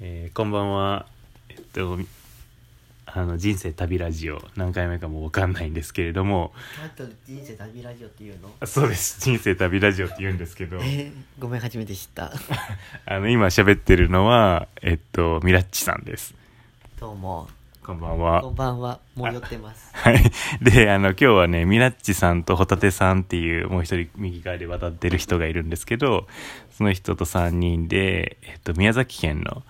えーこんばんは。えっと、あの、人生旅ラジオ、何回目かもうわかんないんですけれども、タイトル人生旅ラジオっていうのあそうです、人生旅ラジオって言うんですけど、えー、ごめん初めて知ったあの、今喋ってるのは、えっと、ミラッチさんです。 どうもこんばんこんは。ばんはもう酔ってますはい。で、あの、今日はね、ミラッチさんとホタテさんっていう、もう一人右側で渡ってる人がいるんですけど、その人と3人で、えっと、宮崎県の、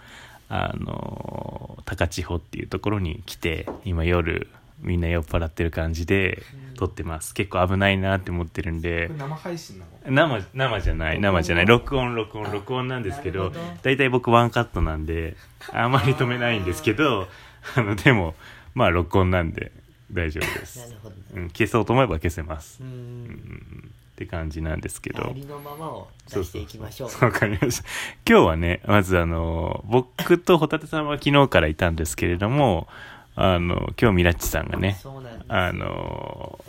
あの、高千穂っていうところに来て、今夜、みんな酔っ払ってる感じでうん撮ってます。結構危ないなって思ってるんでこれ、生配信なの生、生じゃない、生じゃない、録音、録音、録音なんですけど、大体僕ワンカットなんであまり止めないんですけどあのでもまあ録音なんで大丈夫でなする、ほどうん、消そうと思えば消せますう、うんうんん、って感じなんですけあどりのままをそう出しそてういきましょうそうわかりました今日はねまずあの僕とホタテさんは昨日からいたんですけれどもあの今日ミラッチさんがねそうなんですあの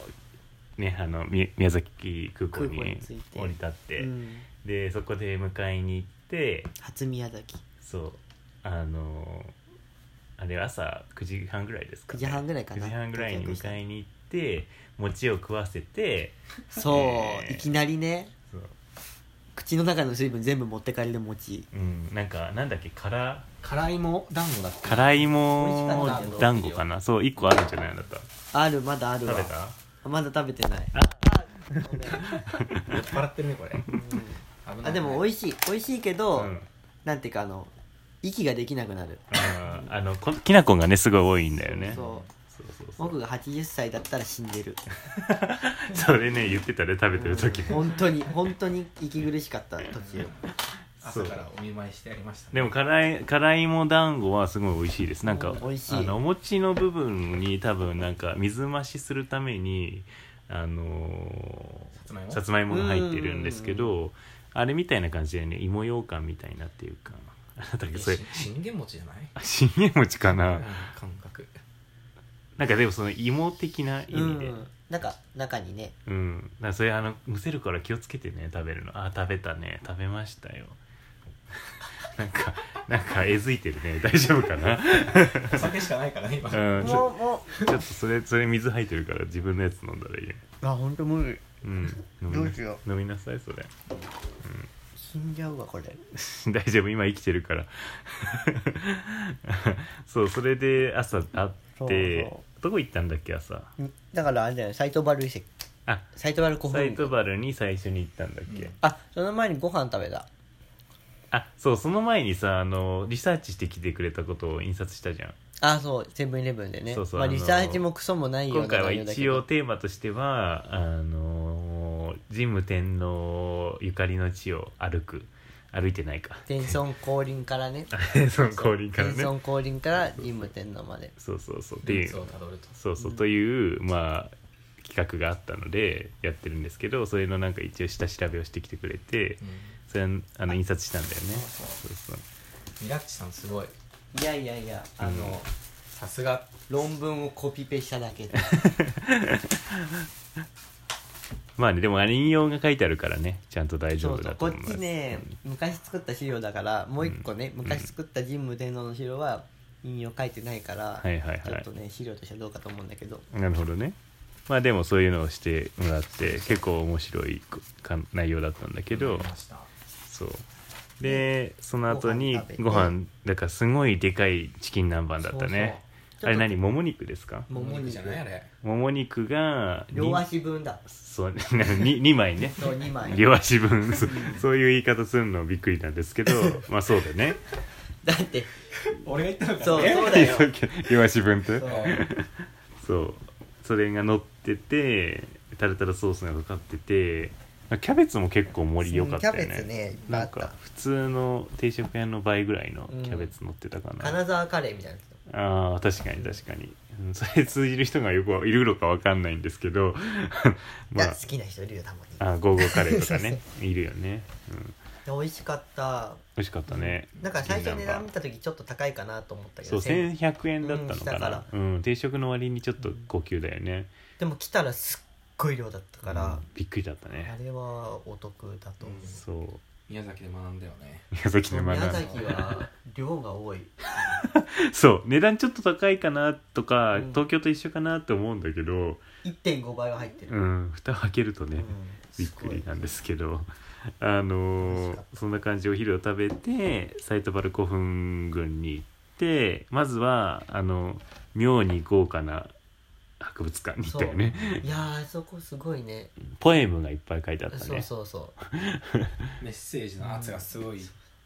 ねあのみ宮崎空港空港にに着いて降り立って、うんでそこで迎えに行って初宮崎そうあのーあれ朝9時半ぐらいですか、 9時半ぐらいか9な時半ぐらいに到着した迎えに行って餅を食わせてそう、えーいきなりねそう、口の中の水分全部持ってかれる餅うん、なんかなんだっけ辛辛いも団子だっけ辛い美も味しかった団子かなそう1個あるんじゃないあなたあるまだあるわ食べたまだ食べてないあごめん酔っ払ってるねこれ危ない、あでも美い味しい美味しいけど、うんなんていうかあの息ができなくなるあーあのこきな粉がねすごい多いんだよねそうそうそうそう僕が80歳だったら死んでるそれね言ってたね食べてる時も本当に本当に息苦しかった途中そ朝うからお見舞いしてやりましたねでも辛い辛いも団子はすごい美味しいですなんかうん美味しいあのお餅の部分に多分なんか水増しするためにあのさつまいーもさつまいもが入ってるんですけどあれみたいな感じでね芋羊羹みたいなっていうか あなたえそれし信玄餅じゃない、あ信玄餅かうなん感覚なんかでもその芋的な意う味でんなんか中にねうんだからそれあのむせるから気をつけてね食べるのあ食べたね食べましたよ なんかなんかえずいてるね大丈夫かなお酒しかないからね今、うんちもうょもちょっとそれそれ水入ってるから自分のやつ飲んだらいいようあ本当無理うん飲みどなうしよ飲みなさいそれ 死んじゃうわこれ大丈夫今生きてるから そうそれで朝会ってそうどこ行ったんだっけ朝だからあれだよね斎藤原遺跡あ斎藤原古サイ墳トバルに最初に行ったんだっけ、うんあその前にご飯食べたあそうその前にさあのリサーチしてきてくれたことを印刷したじゃんあそうセブンイレブンでねそうそうまああのリサーチもクソもないよう今な回は内容だけ一応どテーマとしてはあの神武天皇ゆかりの地を歩く歩いてないか 天孫降臨からねその降臨から天ね孫降臨から神武天皇までそうそうそうっていうルーツをたどるとそうそううんというまあ企画があったのでやってるんですけどそれのなんか一応下調べをしてきてくれてうんそれあの印刷したんだよねそうそうそうミラッチさんすごいいやいやいやあの、うんさすが論文をコピペしただけでまあねでもあれ引用が書いてあるからねちゃんと大丈そう夫そだうとこ思いまっすちね昔作った資料だからもう一個ね、うん昔作った神武天皇の資料は引用書いてないから、はいはいはいちょっとね資料としてはどうかと思うんだけどなるほどねまあでもそういうのをしてもらって結構面白いか内容だったんだけど、見ましたそうでその後にごご飯飯だからすごいでかいチキン南蛮だったねそうそあうれ何もも肉ですかもももも肉肉じゃないあれもも肉がに両足分だそうに2枚ねそう2枚両足分そうそういう言い方するのびっくりなんです けどまあそうだねだって俺が言ったのかそうえそうだよ 両足分ってそうそうそれが乗っててタルタルソースがかかっててキャベツも結構盛り良かったよねキャベツねいっぱいあなっんたか普通の定食屋の倍ぐらいのうんキャベツ乗ってたかな、金沢カレーみたいなやつあー確かに確かに、うんそれ通じる人がよくいるのかわかんないんですけど まだあ好きな人いるよたまにあーゴーゴーカレーと かねいるよね、うん、で美味しかった美味しかったねなんか最初値銀杏段は見た時ちょっと高いかなと思ったけそうどせん1100円だったのかうんしたかなら、うん定食の割にちょっと高級だよねでも来たらすっごい量だったから、うんびっくりだったねあれはお得だと思う、そう宮崎で学んだよね宮崎で学ん宮だ崎は量が多いそう値段ちょっと高いかなとか、うん東京と一緒かなと思うんだけど1.5倍は入ってうる、ん蓋を開けるとね、うんびっくりなんですけどあのーそんな感じでお昼を食べてサイトバル古墳群に行ってまずはあの妙に豪華な博物館に行ったよねいやーあそこすごいねポエムがいっぱい書いてあったねそうそうそうメッセージの圧がすごい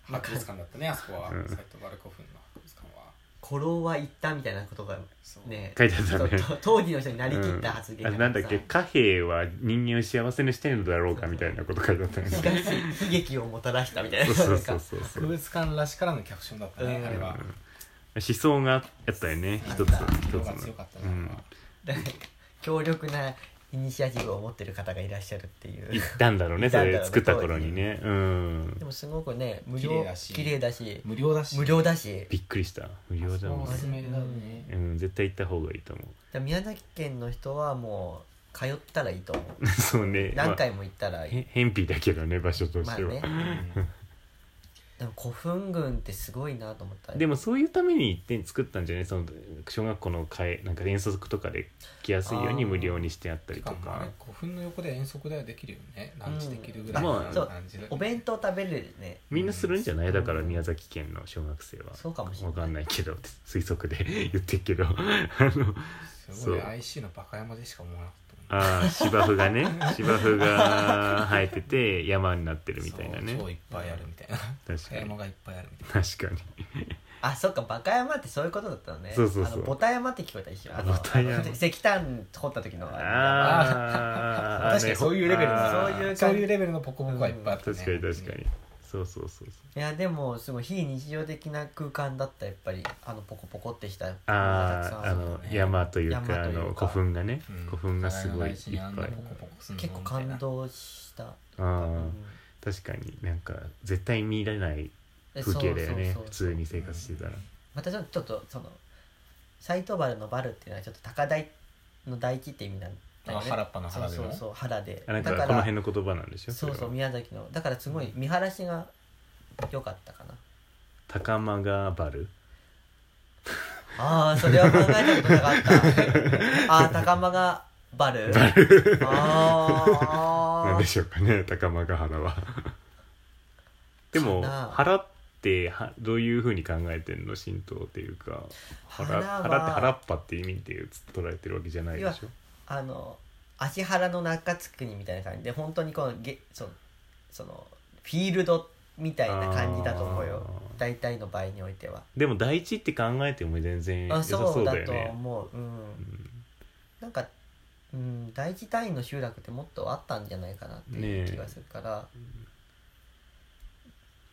博物館だったねあそこは、うんサイトバル古墳の博物館は古老は言ったみたいなことがそうね書いてあったねちょっと当時の人になりきった発言うんあなんだっけ貨幣は人間を幸せにしてるのだろうかみたいなこと書いてあったよしねかし悲劇をもたらしたみたいそなうそうそうなんかそうそう博物館らしからぬキャプションだったね、うんあれは思想があったよね一つなんか一つ色のが強かったね、うんなんか強力なイニシアチブを持ってる方がいらっしゃるっていう行ったんだろうね行っそたんだろうねれ作った頃にねうんでもすごくね無綺料麗だし綺麗だし無料だし無料だしびっくりした無料だもんおねすすめだね、うん、絶対行った方がいいと思だから宮崎県の人はもう通ったらいいと思うう そうね何回も行ったらまあ、いい、へ偏僻だけどね場所とまあしては、ねでも古墳群ってすごいなと思ったでもそういうために点作ったんじゃないその小学校の会なんか遠足とかで来やすいようにあー無料にしてあったりしとかもあかれ古墳の横で遠足ではできるよねランチできるぐうらいんのまあそう感じで、お弁当食べるねみんなするんじゃないだからうん宮崎県の小学生はそうかもしれわなかいんないけどって推測で 言ってるけどあのすごいそう IC のバカ山でしか思わなかったもんあー芝生がね 芝生が生えてて山になってるみたいなねそう超いっぱいあるみたいな確かバカに山がいっぱいあるみたい確かにあそっかバカ山ってそういうことだったのねそうそうそうあのボタ山って聞こえた一瞬あのボタ山あの石炭掘った時のあーあな確かにそういうレベルあそういうー感なじそういうレベルのポコポコはいっぱいあった、ね確かに確かにそうそうそうそうのいやでもすごい非日常的な空間だったやっぱりあのポコポコってしたたくさあんーあるのそうだね山というか山あというかの古墳がね、うん古墳がすごいいっぱ互の内いにあんなポコポコすんの結構みた感いな動したあうーん確かになんか絶対見られないえ風景だよねそうそうそう普通に生活してたら、またちょっとちょっとその斎藤原のバルっていうのはちょっと高台の大地って意味なんだよねあ原っぱの原でそうもそうそう原であなんかこの辺の言葉なんでしょそうそうれは宮崎のだからすごい見晴らしが良かったかな高間がバルああそれは考えたことなかっ たああ高間がバルバルあなん あでしょうかね高間が原はでもかな原ってはどういうふうに考えてんの神道っていうか原原は原って原っぱっていう意味で捉えてるわけじゃないでしょあの芦原の中津国みたいな感じで本当にこのげそのそのフィールドみたいな感じだと思うよあー大体の場合においてはでも第一って考えても全然良あさそそううだだよとね思う、うん、なんか、うん、第一単位の集落ってもっとあったんじゃないかなっていう気がするから、うん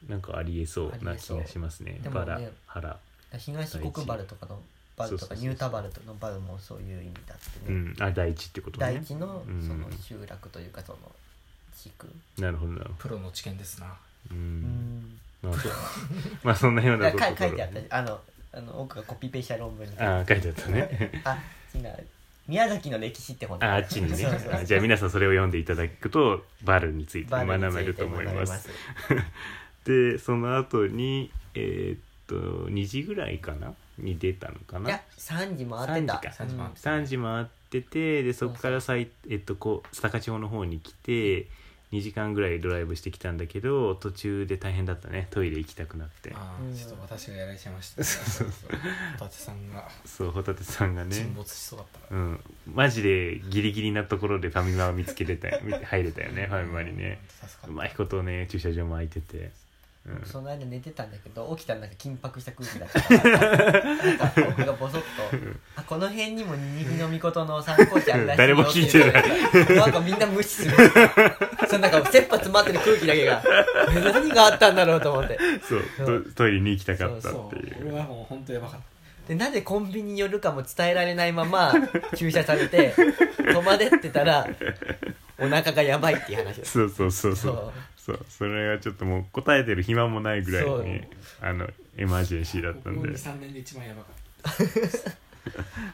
なんかありえそうな気がしますねありえそうバラ、でもね腹東国原とかのバルそうそとうそかうそうニュータバルとかのバルもそういう意味だってうね、んあ第一ってこと第ね一のうんその集落というかその地区、なるほどなるほプロの知見ですなどううんん、まあ まあそんなようだなかとこらろか書いてあったしあのあの奥がコピペした論文にあー書いてあったねあ違う宮崎の歴史って本あーあっちにね そうそうあじゃあ皆さんそれを読んでいただくとバルについてバル学についてべると思います学べでその後にえーっと2時ぐらいかなに出たのかいなや3時回ってた3時かうん3時回っててでそこからさい、えっと、こう高千穂の方に来て2時間ぐらいドライブしてきたんだけど途中で大変だったねトイレ行きたくなってあうんあちょっと私がやられちゃいましたねそうホタテさんがそうホタテさんがね沈没しそうだったからうんマジでギリギリなところでファミマを見つけてたよ 見て入れたよねファミマにね助かうっまいことね駐車場も空いてて、うん、その間寝てたんだけど起きたらなんか緊迫した空気だったからなんか僕がボソッと「あこの辺にもニニのみことの参考者あるらしいよ」誰も聞いてないなんかみんな無視するそのなんか切羽詰まってる空気だけがえ何があったんだろうと思ってそうトトイレに行きたかったたっそうていう俺はもう本当やばかっでなぜコンビニ寄るかも伝えられないまま駐車されて止まれってたらお腹がやばいっていう話ですそうそうそうそうそそううそれがちょっともう答えてる暇もないぐらいそうにあのエマージェンシーだたっここたんで23年で一番やばかっ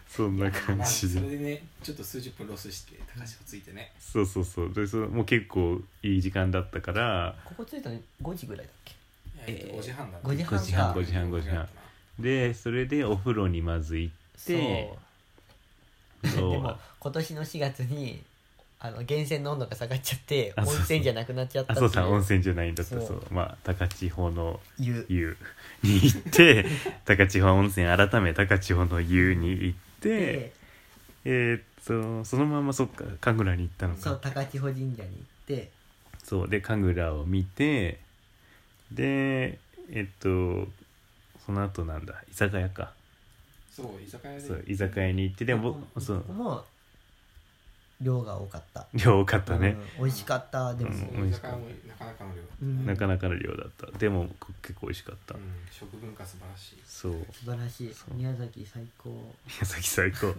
そんな感まあそじれででねちょっと数十分ロスして高橋をついてねそうそうそうでそのもう結構いい時間だったからここ着いたの5時ぐらいだっけえーと5時半だ5時半か5時半5時半でそれでお風呂にまず行ってそうそうでも今年の4月にあの源泉の温度が下がっちゃってあ温そうそう泉じゃなくなっちゃったあってそいうさん温泉じゃないんだったそうそうまあ高千穂の湯湯に行って 高千穂温泉改め高千穂の湯に行ってでえーっとそのままそっか神楽に行ったのそうか高千穂神社に行ってそうで神楽を見てでえっとその後なんだ居酒屋かそう居酒屋でそう居酒屋に行ってでもここぼそうここも量が多かった、量多かったね、うん、美味しかったでも、うんそう居酒屋もなかなかの量、うんなかなかの量だったでも結構美味しかった、うん、食文化素晴らしいそう素晴らしいそう宮崎最高宮崎最 高い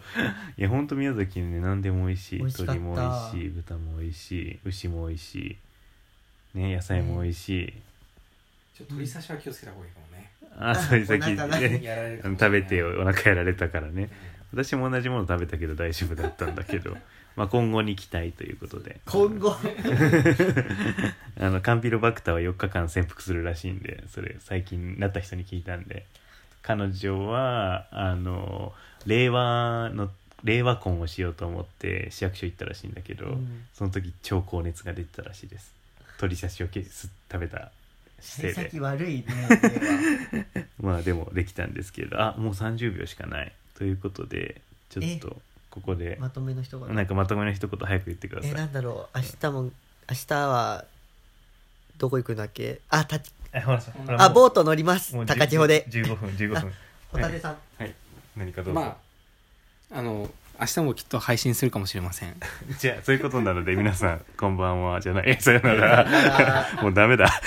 やほんと宮崎ね何でも美味しい美味しかった鶏も美味しい豚も美味しい牛も美味しいね野菜も美味しい、ちょっと鶏刺しは気をつけた方がいいかもね、あそれ先 お腹がねやられるあかもの食しれないべてお腹やられたからねう私も同じもの食べたけど大丈夫だったんだけ どまあ今後に期待ということで今後あのカンピロバクターは4日間潜伏するらしいんでそれ最近なった人に聞いたんで彼女はあの令和の令和婚をしようと思って市役所行ったらしいんだけど、うんその時超高熱が出てたらしいです鳥刺しをけす食べたせ幸いで先悪いねこれ まはあでもできたんですけれどあもう30秒しかないということでちょっとここでまとめの人がなんかまとめの一言早く言ってくださいえなんだろう明日も明日はどこ行くんだっけあたえほらほらあもうボート乗りますもう高千穂で15分15分ホタテさん はい何かどんうぞ、まああの明日もきっと配信するかもしれませんじゃあそういうことなので皆さんこんばんはじゃないさよならもうダメだ